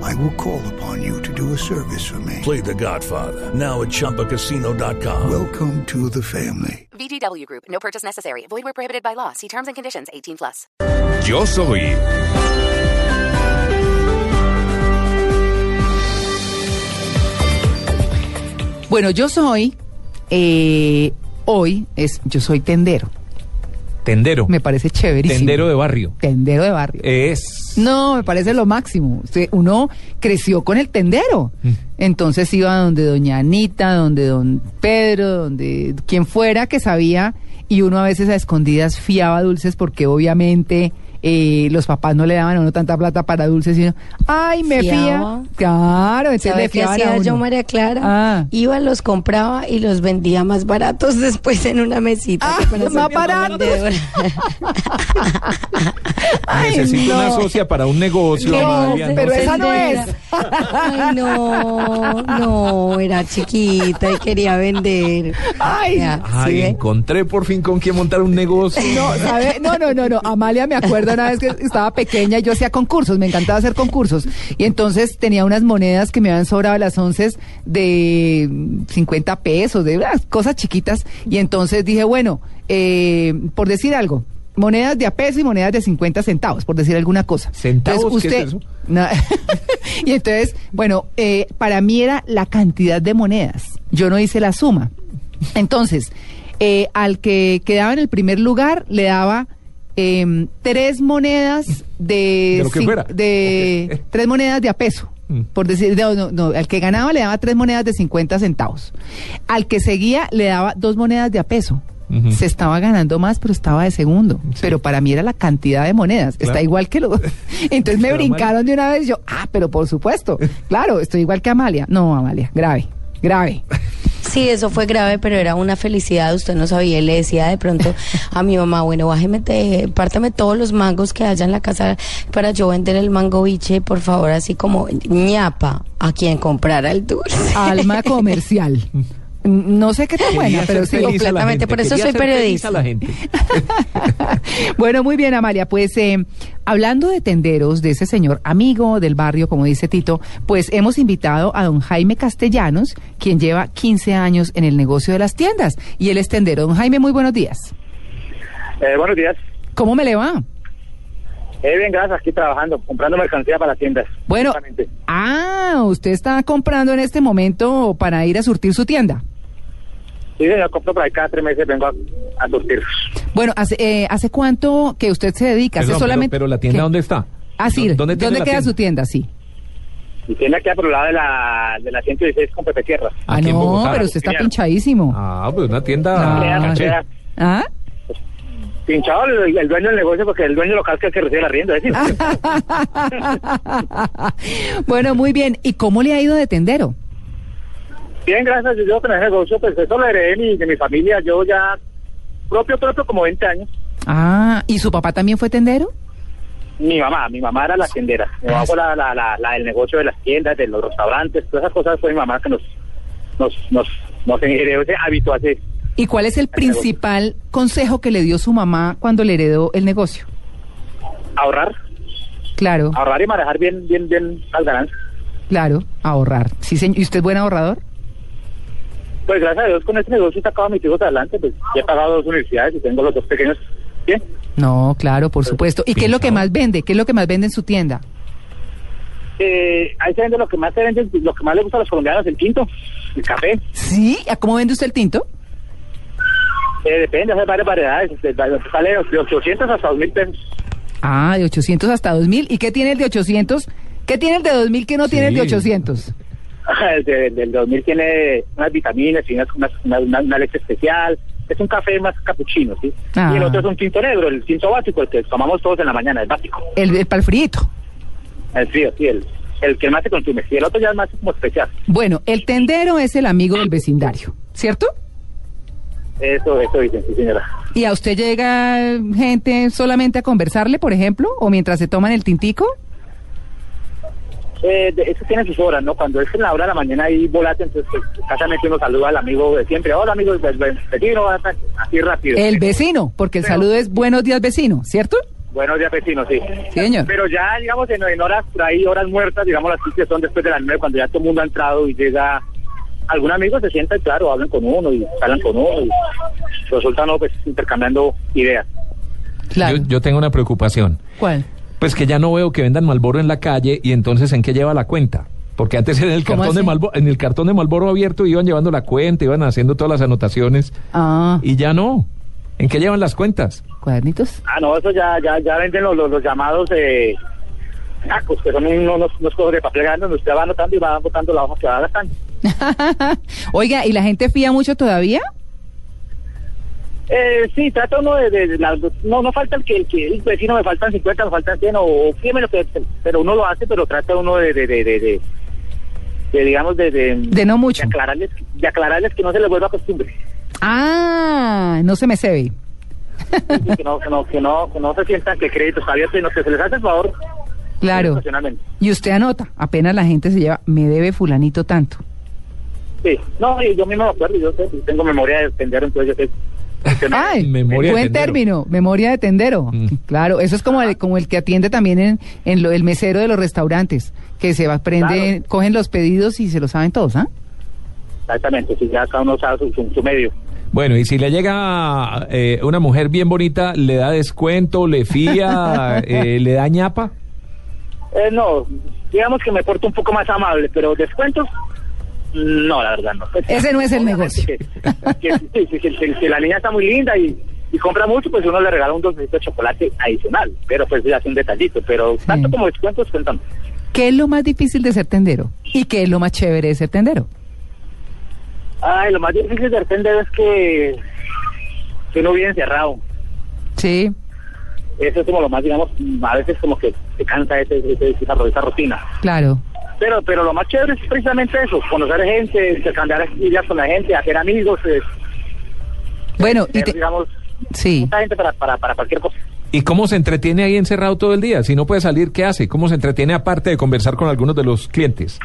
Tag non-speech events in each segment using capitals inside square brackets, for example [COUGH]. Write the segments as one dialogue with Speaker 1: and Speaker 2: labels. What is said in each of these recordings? Speaker 1: I will call upon you to do a service for me.
Speaker 2: Play The Godfather now at ChumbaCasino.com.
Speaker 1: Welcome to the family.
Speaker 3: VGW Group. No purchase necessary. Void where prohibited by law. See terms and conditions. 18 plus.
Speaker 4: Yo soy
Speaker 5: Bueno, yo soy, eh, hoy es, yo soy tendero.
Speaker 4: tendero.
Speaker 5: Me parece chéverísimo.
Speaker 4: Tendero de Eh. barrio.
Speaker 5: Tendero de barrio.
Speaker 4: Es.
Speaker 5: No, me parece lo máximo. Usted- Uno creció con el tendero.
Speaker 4: Mm.
Speaker 5: Entonces iba donde doña Anita, donde don Pedro, donde quien fuera que sabía. Y uno a veces a escondidas fiaba dulces porque obviamente eh, los papás no le daban a uno tanta plata para dulces. Sino, Ay, me
Speaker 6: Fiaba.
Speaker 5: fía. Claro, entonces le
Speaker 6: ¿Sabe qué
Speaker 5: fiaban a
Speaker 6: hacía yo,
Speaker 5: uno.
Speaker 6: María Clara?
Speaker 5: Ah.
Speaker 6: Iba, los compraba y los vendía más baratos [LAUGHS] después en una mesita.
Speaker 5: Ah,
Speaker 6: que para
Speaker 5: más
Speaker 6: ser
Speaker 5: baratos. [LAUGHS]
Speaker 6: vendedora.
Speaker 5: Ay,
Speaker 4: Necesito
Speaker 5: no.
Speaker 4: una socia para un negocio.
Speaker 5: No,
Speaker 4: Amalia,
Speaker 5: pero
Speaker 4: sé.
Speaker 5: esa no es.
Speaker 6: Ay, no, no, era chiquita y quería vender.
Speaker 5: Ay.
Speaker 6: Ya, ¿sí
Speaker 4: Ay,
Speaker 6: ve?
Speaker 4: encontré por fin con quién montar un negocio. [LAUGHS]
Speaker 5: No, ¿sabe? no, no, no, no. Amalia me acuerdo una vez que estaba pequeña y yo hacía concursos, me encantaba hacer concursos. Y entonces tenía unas monedas que me habían sobrado a las once de 50 pesos, de unas cosas chiquitas. Y entonces dije, bueno, eh, por decir algo, monedas de a peso y monedas de 50 centavos, por decir alguna cosa.
Speaker 4: ¿Centavos?
Speaker 5: Entonces,
Speaker 4: ¿Qué es
Speaker 5: usted-
Speaker 4: eso?
Speaker 5: No. [LAUGHS] y entonces, bueno, eh, para mí era la cantidad de monedas. Yo no hice la suma. Entonces, eh, al que quedaba en el primer lugar le daba em, tres monedas de...
Speaker 4: De lo que
Speaker 5: cin-
Speaker 4: fuera.
Speaker 5: de-
Speaker 4: Ok.
Speaker 5: Tres monedas de a peso.
Speaker 4: Mm.
Speaker 5: Por decir, no, no, no, al que ganaba le daba tres monedas de 50 centavos. Al que seguía le daba dos monedas de a peso.
Speaker 4: Ujú.
Speaker 5: Se estaba ganando más, pero estaba de segundo.
Speaker 4: Sí.
Speaker 5: Pero para mí era la cantidad de monedas. Está
Speaker 4: Claro.
Speaker 5: igual que lo. [LAUGHS] Entonces me
Speaker 4: Pero
Speaker 5: brincaron de una vez. Yo, ah, pero por supuesto. Claro, estoy igual que Amalia. No, Amalia, grave, grave.
Speaker 6: Sí, eso fue grave, pero era una felicidad. Usted no sabía. Y le decía de pronto a mi mamá, bueno, bájeme, te, pártame todos los mangos que haya en la casa para yo vender el mango biche, por favor, así como ñapa a quien comprara el dulce. [LAUGHS]
Speaker 5: Alma [LAUGHS] comercial. No sé qué tan buena,
Speaker 4: Quería
Speaker 5: pero
Speaker 4: hacer
Speaker 5: sí.
Speaker 4: feliz a la
Speaker 6: completamente,
Speaker 4: gente,
Speaker 6: por eso
Speaker 4: quería
Speaker 6: soy
Speaker 4: hacer feliz
Speaker 6: periodista.
Speaker 4: a la
Speaker 5: [LAUGHS]
Speaker 4: gente.
Speaker 5: Bueno, muy bien, Amalia. Pues eh, hablando de tenderos, de ese señor amigo del barrio, como dice Tito, pues hemos invitado a don Jaime Castellanos, quien lleva 15 años en el negocio de las tiendas. Y él es tendero. Don Jaime, muy buenos días.
Speaker 7: Eh, buenos días.
Speaker 5: ¿Cómo me le va?
Speaker 7: Eh, bien, gracias. Aquí trabajando, comprando mercancía para tiendas.
Speaker 5: Bueno,
Speaker 7: Justamente.
Speaker 5: ah, usted está comprando en este momento para ir a surtir su tienda.
Speaker 7: Sí, señor, compro para ahí cada tres meses, vengo a, a surtir.
Speaker 5: Bueno, ¿hace, eh, ¿hace cuánto que usted se dedica? ¿Hace
Speaker 4: Perdón, pero-
Speaker 5: solamente...
Speaker 4: pero, la tienda,
Speaker 5: ¿Qué?
Speaker 4: ¿dónde está?
Speaker 5: Ah, sí, ¿dónde,
Speaker 4: tiene la
Speaker 5: queda su tienda? Sí.
Speaker 7: Y tiene aquí por el lado de la, de la 116 con Pepe Tierra.
Speaker 5: Ah,
Speaker 4: Aquí en
Speaker 5: no,
Speaker 4: Bogotá.
Speaker 5: pero usted está
Speaker 7: Claro.
Speaker 5: pinchadísimo.
Speaker 4: Ah, pues una tienda.
Speaker 5: Ah,
Speaker 7: Queda-
Speaker 4: caché.
Speaker 7: queda
Speaker 5: ¿Ah?
Speaker 7: Pinchado el, el dueño del negocio porque el dueño local que es el que recibe la rienda. Es decir,
Speaker 5: [LAUGHS] bueno, muy bien. ¿Y cómo le ha ido de tendero?
Speaker 7: bien, gracias. Yo con el negocio, pues eso lo heredé de mi, de mi familia. Yo ya, propio, propio, como 20 años.
Speaker 5: Ah, ¿y su papá también fue tendero?
Speaker 7: Mi mamá, mi mamá era la tiendera. Mi mamá fue la, la, la, la del negocio de las tiendas, de los restaurantes, todas esas cosas. Fue mi mamá que nos, nos, nos, nos generó ese hábito así.
Speaker 5: ¿Y cuál es el principal consejo que le dio su mamá cuando le heredó el negocio?
Speaker 7: Ahorrar,
Speaker 5: Claro,
Speaker 7: ahorrar y manejar bien, bien, bien las ganancias.
Speaker 5: claro, ahorrar. Sí, señor. ¿Y usted es buen ahorrador?
Speaker 7: Pues gracias a Dios con este negocio he sacado a mis hijos adelante, pues ya he pagado dos universidades y tengo los dos pequeños bien.
Speaker 5: No, claro, por supuesto. ¿Y qué es lo que
Speaker 4: Pinchado.
Speaker 5: más vende? ¿Qué es lo que más vende en su tienda?
Speaker 7: Eh, ahí se vende lo que más se vende, lo que más le gusta a los colombianos, el quinto, el café.
Speaker 5: ¿Sí? ¿A cómo vende usted el tinto?
Speaker 7: Eh, depende, hay varias variedades, este, sale de 800 hasta 2000 pesos.
Speaker 5: Ah, de 800 hasta 2000. ¿Y qué tiene el de 800? ¿Qué tiene el de 2000 que no tiene el de
Speaker 4: Sí.
Speaker 5: 800?
Speaker 7: El de- del 2000 tiene unas vitaminas y unas, unas- una, una- una leche especial. Es un café más capuchino, ¿sí?
Speaker 5: Ah.
Speaker 7: Y el otro es un tinto negro, el tinto básico, el que tomamos todos en la mañana, el básico.
Speaker 5: El, el palfrito.
Speaker 7: El frío, sí, el, el que más se consume. Y el otro ya es más como especial.
Speaker 5: Bueno, el tendero es el amigo del vecindario, ¿cierto?
Speaker 7: Eso, eso dicen, sí, señora.
Speaker 5: ¿Y a usted llega gente solamente a conversarle, por ejemplo? ¿O mientras se toman el tintico?
Speaker 7: Eh, de- eso tiene sus horas, ¿no? Cuando es en la hora de la mañana ahí volate, entonces pues, casamente uno saluda al amigo de siempre. Hola, amigo del del vecino, así rápido.
Speaker 5: El vecino, porque el saludo es buenos días vecino, ¿cierto?
Speaker 7: Buenos días, vecino, sí.
Speaker 5: Sí, señor.
Speaker 7: Pero ya, digamos, en, en horas, por ahí, horas muertas, digamos, las que son después de las nueve, cuando ya todo el mundo ha entrado y llega... Algún amigo se sienta y, claro, hablan con uno y hablan con uno y resultan, ¿no? pues, intercambiando ideas.
Speaker 5: Claro.
Speaker 4: Yo, yo tengo una preocupación.
Speaker 5: ¿Cuál?
Speaker 4: Pues que ya no veo que vendan Malboro en la calle y entonces ¿en qué lleva la cuenta? Porque antes en el
Speaker 5: ¿Cómo
Speaker 4: cartón de
Speaker 5: así?
Speaker 4: Malboro, en el cartón de Malboro abierto iban llevando la cuenta, iban haciendo todas las anotaciones
Speaker 5: Ah,
Speaker 4: y ya no. ¿En qué llevan las cuentas?
Speaker 5: cuadernitos.
Speaker 7: Ah, no, eso ya, ya, ya venden los, los, los llamados eh, tacos, que son unos, unos, unos cosas de papel grande donde usted va anotando y va botando la hoja que va gastando.
Speaker 5: Oiga, ¿y la gente fía mucho todavía?
Speaker 7: Eh, sí, trata uno de... de- de las- no, no falta el que, el que el vecino me faltan 50, me faltan 100 o, o pídeme lo que... Pero uno lo hace, pero trata uno de... de, de, de, de- de, digamos, de... De,
Speaker 5: De no mucho.
Speaker 7: De aclararles, de aclararles que no se les
Speaker 5: [LAUGHS]
Speaker 7: vuelva costumbre.
Speaker 5: Ah, no se me se ve.
Speaker 7: que, no, que, no, que, no, que no se sientan que crédito está abierto, sino que se les hace el favor.
Speaker 5: Claro.
Speaker 7: Ocasionalmente.
Speaker 5: Y usted anota, apenas la gente se lleva, me debe fulanito tanto.
Speaker 7: Sí, no, y yo mismo me acuerdo, yo sé, tengo memoria de tendero, entonces yo sé. que no-
Speaker 5: [LAUGHS] Ay,
Speaker 4: Memoria de
Speaker 5: buen
Speaker 4: tendero.
Speaker 5: término, memoria de tendero.
Speaker 4: Mm.
Speaker 5: Claro, eso es como el, como el que atiende también en, en lo, el mesero de los restaurantes, que se va, prende,
Speaker 7: Claro.
Speaker 5: cogen los pedidos y se lo saben todos, ¿ah?
Speaker 7: Exactamente, si ya cada uno sabe su, su- su medio.
Speaker 4: Bueno, y si le llega eh, una mujer bien bonita, ¿le da descuento, le fía, eh, le da ñapa?
Speaker 7: Eh, no, digamos que me porto un poco más amable, pero descuentos, no, la verdad no. [LAUGHS] Pues,
Speaker 5: Ese no es el
Speaker 7: obviamente
Speaker 5: negocio.
Speaker 7: que- que- sí, sí, sí, sí, si la niña está muy linda y, y compra mucho, pues uno le regala un dulcecito de chocolate adicional, pero pues ya es un detallito, pero tanto
Speaker 5: Sí.
Speaker 7: como descuentos, cuentan.
Speaker 5: ¿Qué es lo más difícil de ser tendero? ¿Y qué es lo más chévere de ser tendero?
Speaker 7: Ay, lo más difícil de entender es que, que uno viene encerrado.
Speaker 5: Sí.
Speaker 7: Eso es como lo más, digamos, a veces como que se cansa ese, ese- esa, esa rutina.
Speaker 5: Claro.
Speaker 7: Pero, pero lo más chévere es precisamente eso, conocer gente, intercambiar ideas con la gente, hacer amigos, eh,
Speaker 5: Bueno, y
Speaker 7: tener,
Speaker 5: te-
Speaker 7: Eh, digamos,
Speaker 5: sí.
Speaker 7: mucha gente para, para, para cualquier cosa.
Speaker 4: ¿Y cómo se entretiene ahí encerrado todo el día? Si no puede salir, ¿qué hace? ¿Cómo se entretiene aparte de conversar con algunos de los clientes?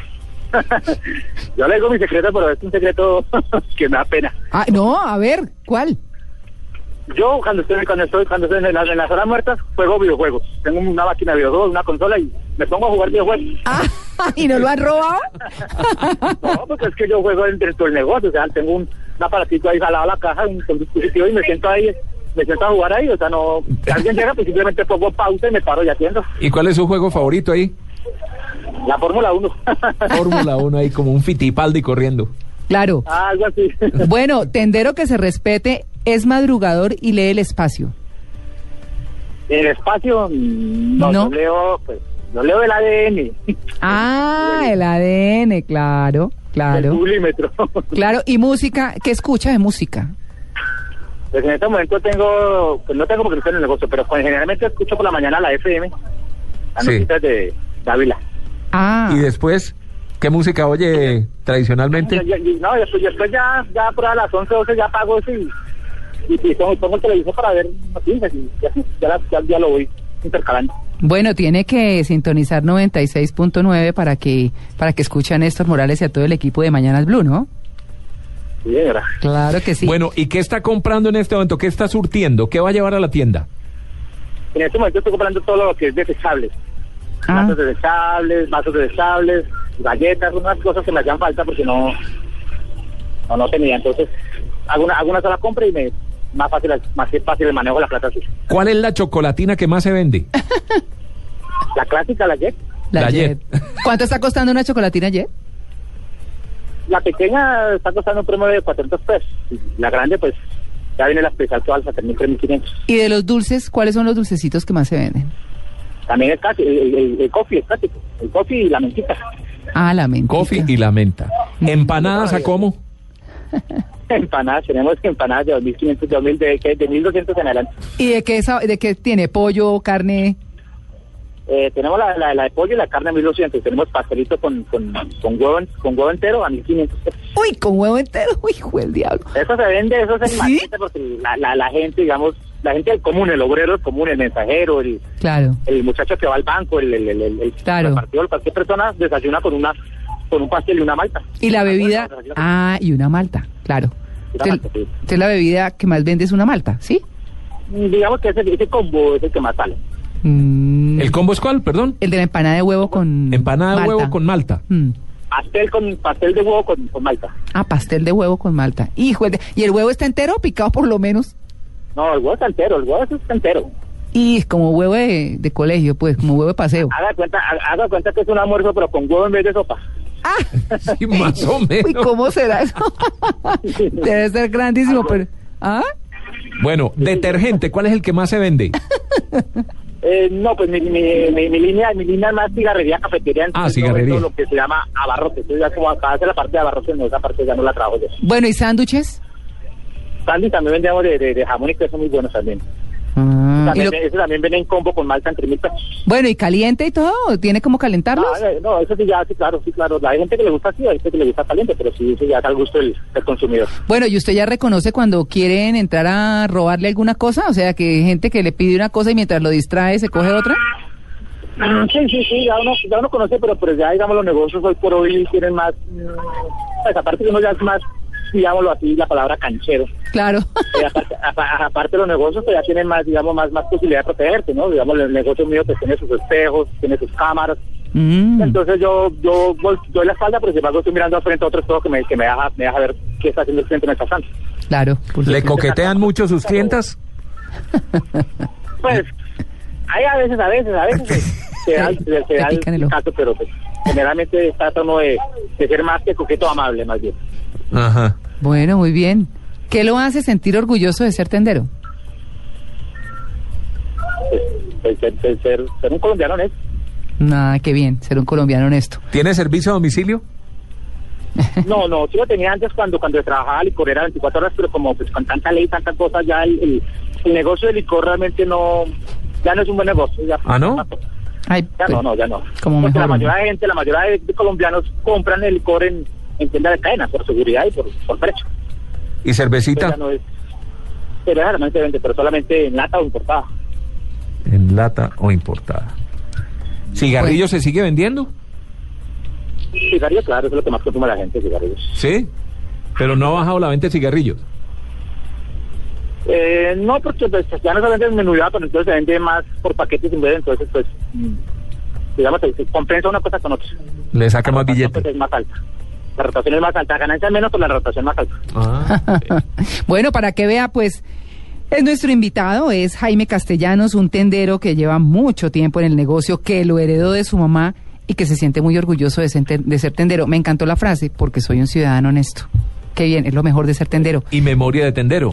Speaker 7: Yo le digo mi secreto, pero es un secreto [LAUGHS] que me da pena.
Speaker 5: Ah, no, a ver, ¿cuál? [LAUGHS]
Speaker 7: Yo cuando estoy, cuando estoy, cuando estoy en, las, en las horas muertas, juego videojuegos. Tengo una máquina de videojuegos, una consola y me pongo a jugar videojuegos.
Speaker 5: Ah, ¿y no lo han robado?
Speaker 7: No, porque es que yo juego dentro del negocio, o sea, tengo un, un aparatito ahí jalado a la caja, un, un dispositivo y me siento ahí, me siento a jugar ahí, o sea, no, si alguien llega, pues simplemente pongo pausa y me paro y atiendo.
Speaker 4: ¿Y cuál es su juego favorito ahí?
Speaker 7: La Fórmula [LAUGHS] 1,
Speaker 4: Fórmula 1 ahí como un fitipaldi corriendo.
Speaker 5: Claro.
Speaker 7: Ah, algo así.
Speaker 5: Bueno, tendero que se respete es madrugador y lee el espacio.
Speaker 7: El espacio, mm, no,
Speaker 5: No.
Speaker 7: yo leo, pues, yo leo el ADN,
Speaker 5: Ah, el ADN, claro,
Speaker 7: el
Speaker 5: claro.
Speaker 7: pulímetro.
Speaker 5: Claro, y música, ¿qué escucha de música?
Speaker 7: [LAUGHS] Pues en este momento tengo, pues no tengo porque estoy en el negocio, pero pues, generalmente escucho por la mañana la FM, las
Speaker 4: Sí.
Speaker 7: noticias de Dávila.
Speaker 5: Ah,
Speaker 4: Y después, ¿qué música oye tradicionalmente?
Speaker 7: Y- y- y- no, después, después ya, ya por a las 11, 12 ya pago eso y, y, y pongo, pongo el televisor para ver noticias y ya, ya, las- ya- ya lo voy intercalando.
Speaker 5: bueno, tiene que sintonizar 96.9 para que para que escuche a Néstor Morales y a todo el equipo de Mañanas Blue, ¿no?
Speaker 7: Sí, señora.
Speaker 5: Claro que sí.
Speaker 4: Bueno, ¿y qué está comprando en este momento? ¿Qué está surtiendo? ¿Qué va a llevar a la tienda?
Speaker 7: En este momento estoy comprando todo lo que es desechables.
Speaker 5: Ah.
Speaker 7: Platos desechables, vasos desechables, galletas, unas cosas que me hacían falta porque no no, no tenía. Entonces hago una, hago una sola compra y me más fácil, más fácil el manejo de la plata así.
Speaker 4: ¿Cuál es la chocolatina que más se vende?
Speaker 7: La clásica, la Jet,
Speaker 4: la Jet.
Speaker 5: ¿Cuánto está costando una chocolatina Jet?
Speaker 7: la pequeña está costando un premio de 400 pesos. La grande pues ya viene la especial toda alza, 3.500.
Speaker 5: Y de los dulces, ¿cuáles son los dulcecitos que más se venden?
Speaker 7: También el, casi- el, el- el coffee, el clásico. El coffee y la mentita.
Speaker 5: Ah, la mentira.
Speaker 4: Coffee y la menta.
Speaker 5: Mm.
Speaker 4: ¿Empanadas a cómo?
Speaker 7: [LAUGHS] Empanadas, tenemos empanadas de 2.500, de 2.000, de, de 1.200 en adelante.
Speaker 5: ¿Y de qué, sa- de qué tiene? ¿Pollo, carne?
Speaker 7: Eh, tenemos la, la, la de pollo y la carne a 1200. Tenemos pastelito con, con, con, huevo, en- con huevo entero a 1500 pesos.
Speaker 5: Uy, con huevo entero, [LAUGHS] uy, hijo del diablo.
Speaker 7: Eso se vende, eso es
Speaker 5: ¿Sí?
Speaker 7: en maqueta, porque la, la, la gente, digamos, la gente del común, el obrero del común, el mensajero, el,
Speaker 5: Claro.
Speaker 7: el muchacho que va al banco, el, el, el, el, el
Speaker 5: Claro.
Speaker 7: repartidor, cualquier persona desayuna con una con un pastel y una malta.
Speaker 5: Y la bebida,
Speaker 7: Bueno, desayuna con-
Speaker 5: ah, y una malta, claro.
Speaker 7: Una
Speaker 5: Usted-
Speaker 7: malta, sí.
Speaker 5: usted la bebida que más vende es una malta, ¿sí?
Speaker 7: Digamos que ese, ese combo es el que más sale.
Speaker 5: Mm,
Speaker 4: ¿El combo es cuál? Perdón.
Speaker 5: el de la empanada de huevo con
Speaker 4: Empanada de
Speaker 5: malta.
Speaker 4: huevo con malta.
Speaker 5: Mm.
Speaker 7: Pastel con pastel de huevo con, con malta.
Speaker 5: Ah, pastel de huevo con malta. Hijo, el de- y el huevo está entero, o picado por lo menos.
Speaker 7: No, el huevo está entero, el huevo está entero.
Speaker 5: Y es como huevo de, de colegio, pues, como huevo de
Speaker 7: [LAUGHS]
Speaker 5: paseo.
Speaker 7: Haga de cuenta, ha- haga de cuenta que es un almuerzo, pero con huevo en vez de sopa.
Speaker 5: Ah,
Speaker 4: Sí, más o
Speaker 5: uy,
Speaker 4: menos.
Speaker 5: ¿cómo será
Speaker 7: [LAUGHS]
Speaker 5: eso? Debe ser grandísimo, pero... ¿Ah?
Speaker 4: Bueno, detergente, ¿cuál es el que más se vende?
Speaker 7: Eh, no, pues mi, mi, mi, mi línea mi línea es más cigarrería,
Speaker 5: Ah,
Speaker 7: cafetería. entonces, todo
Speaker 4: cigarrería.
Speaker 7: Todo lo que se llama abarrote. Entonces ya como acá hace la parte de abarrote, no, esa parte ya no la trabajo yo.
Speaker 5: Bueno, ¿y sándwiches?
Speaker 7: Sandy también vendemos de, de, de jamón y queso muy buenos también.
Speaker 5: Ah, y
Speaker 7: también
Speaker 5: lo-
Speaker 7: Eso también viene en combo con malta cremita.
Speaker 5: bueno, ¿y caliente y todo? ¿Tiene como calentarlos?
Speaker 7: Ah, eh, no, eso sí ya, sí, claro, sí, claro. Hay gente que le gusta así, hay gente que le gusta caliente, pero sí, sí ya está al gusto del, del consumidor.
Speaker 5: Bueno, y usted ya reconoce cuando quieren entrar a robarle alguna cosa, o sea, que hay gente que le pide una cosa y mientras lo distrae se coge otra.
Speaker 7: Ah, Sí, sí, sí, ya uno, ya uno conoce, pero pues ya digamos los negocios hoy por hoy tienen más, mm, pues aparte que uno ya es más, digámoslo así, la palabra canchero.
Speaker 5: Claro. [LAUGHS]
Speaker 7: Eh, aparte, apa- aparte los negocios pues ya tienen más, digamos, más, más posibilidad de protegerse, ¿no? Digamos, el negocio mío pues tiene sus espejos, tiene sus cámaras.
Speaker 5: Mm.
Speaker 7: Entonces yo, yo vol- doy la espalda, pero sin embargo estoy mirando al frente a otro espejo que me, que me deja, me deja ver qué está haciendo el cliente en esta estancia.
Speaker 5: Claro. por
Speaker 4: ¿Le
Speaker 5: supuesto.
Speaker 4: coquetean mucho sus clientas?
Speaker 7: Pues, hay a veces, a veces, a veces se da, se- se da
Speaker 5: Te pican el
Speaker 7: el
Speaker 5: ojo.
Speaker 7: caso, pero pues, generalmente trata uno de, de ser más que coqueto amable, más bien.
Speaker 4: Ajá.
Speaker 5: Bueno, muy bien. ¿Qué lo hace sentir orgulloso de ser tendero?
Speaker 7: Pues, ser, ser- ser- ser un colombiano honesto.
Speaker 5: Nada, qué bien, ser un colombiano honesto.
Speaker 4: ¿Tiene servicio a domicilio?
Speaker 7: [LAUGHS] No, no, sí lo tenía antes cuando cuando trabajaba licorera 24 horas, pero como pues con tanta ley, tanta cosa, ya el, el- el negocio del licor realmente no, ya no es un buen negocio. Ya,
Speaker 4: Ah, ¿no?
Speaker 5: Ay, pues,
Speaker 7: Ya no,
Speaker 5: pero-
Speaker 7: no, ya no.
Speaker 5: Como
Speaker 7: Porque
Speaker 5: mejor,
Speaker 7: la
Speaker 5: ¿no?
Speaker 7: mayoría de gente, la mayoría de, de colombianos compran el licor en, en tiendas de cadena, por seguridad y por, por precio.
Speaker 4: ¿Y cervecita?
Speaker 7: Pero no es. Pero esa realmente vende, pero solamente en lata o importada.
Speaker 4: En lata o importada. ¿Cigarrillo se sigue vendiendo?
Speaker 7: Cigarrillos, claro, eso es lo que más consume la gente, cigarrillos.
Speaker 4: Sí. Pero no ha bajado la venta de cigarrillos.
Speaker 7: Eh, no, porque pues, ya no se vende en menudado, pero entonces se vende más por paquetes en vez, de- entonces pues, mm, digamos, se, se compensa una cosa con otra.
Speaker 4: Le saca más
Speaker 7: La rotación, pues,
Speaker 4: billetes.
Speaker 7: es más alta. La rotación es más alta, ganancia es menos, pero la rotación más alta.
Speaker 4: Ah.
Speaker 5: Bueno, para que vea, pues, es nuestro invitado, es Jaime Castellanos, un tendero que lleva mucho tiempo en el negocio, que lo heredó de su mamá y que se siente muy orgulloso de ser, ten- de ser tendero. Me encantó la frase, porque soy un ciudadano honesto. Qué bien, es lo mejor de ser tendero.
Speaker 4: Y memoria de tendero.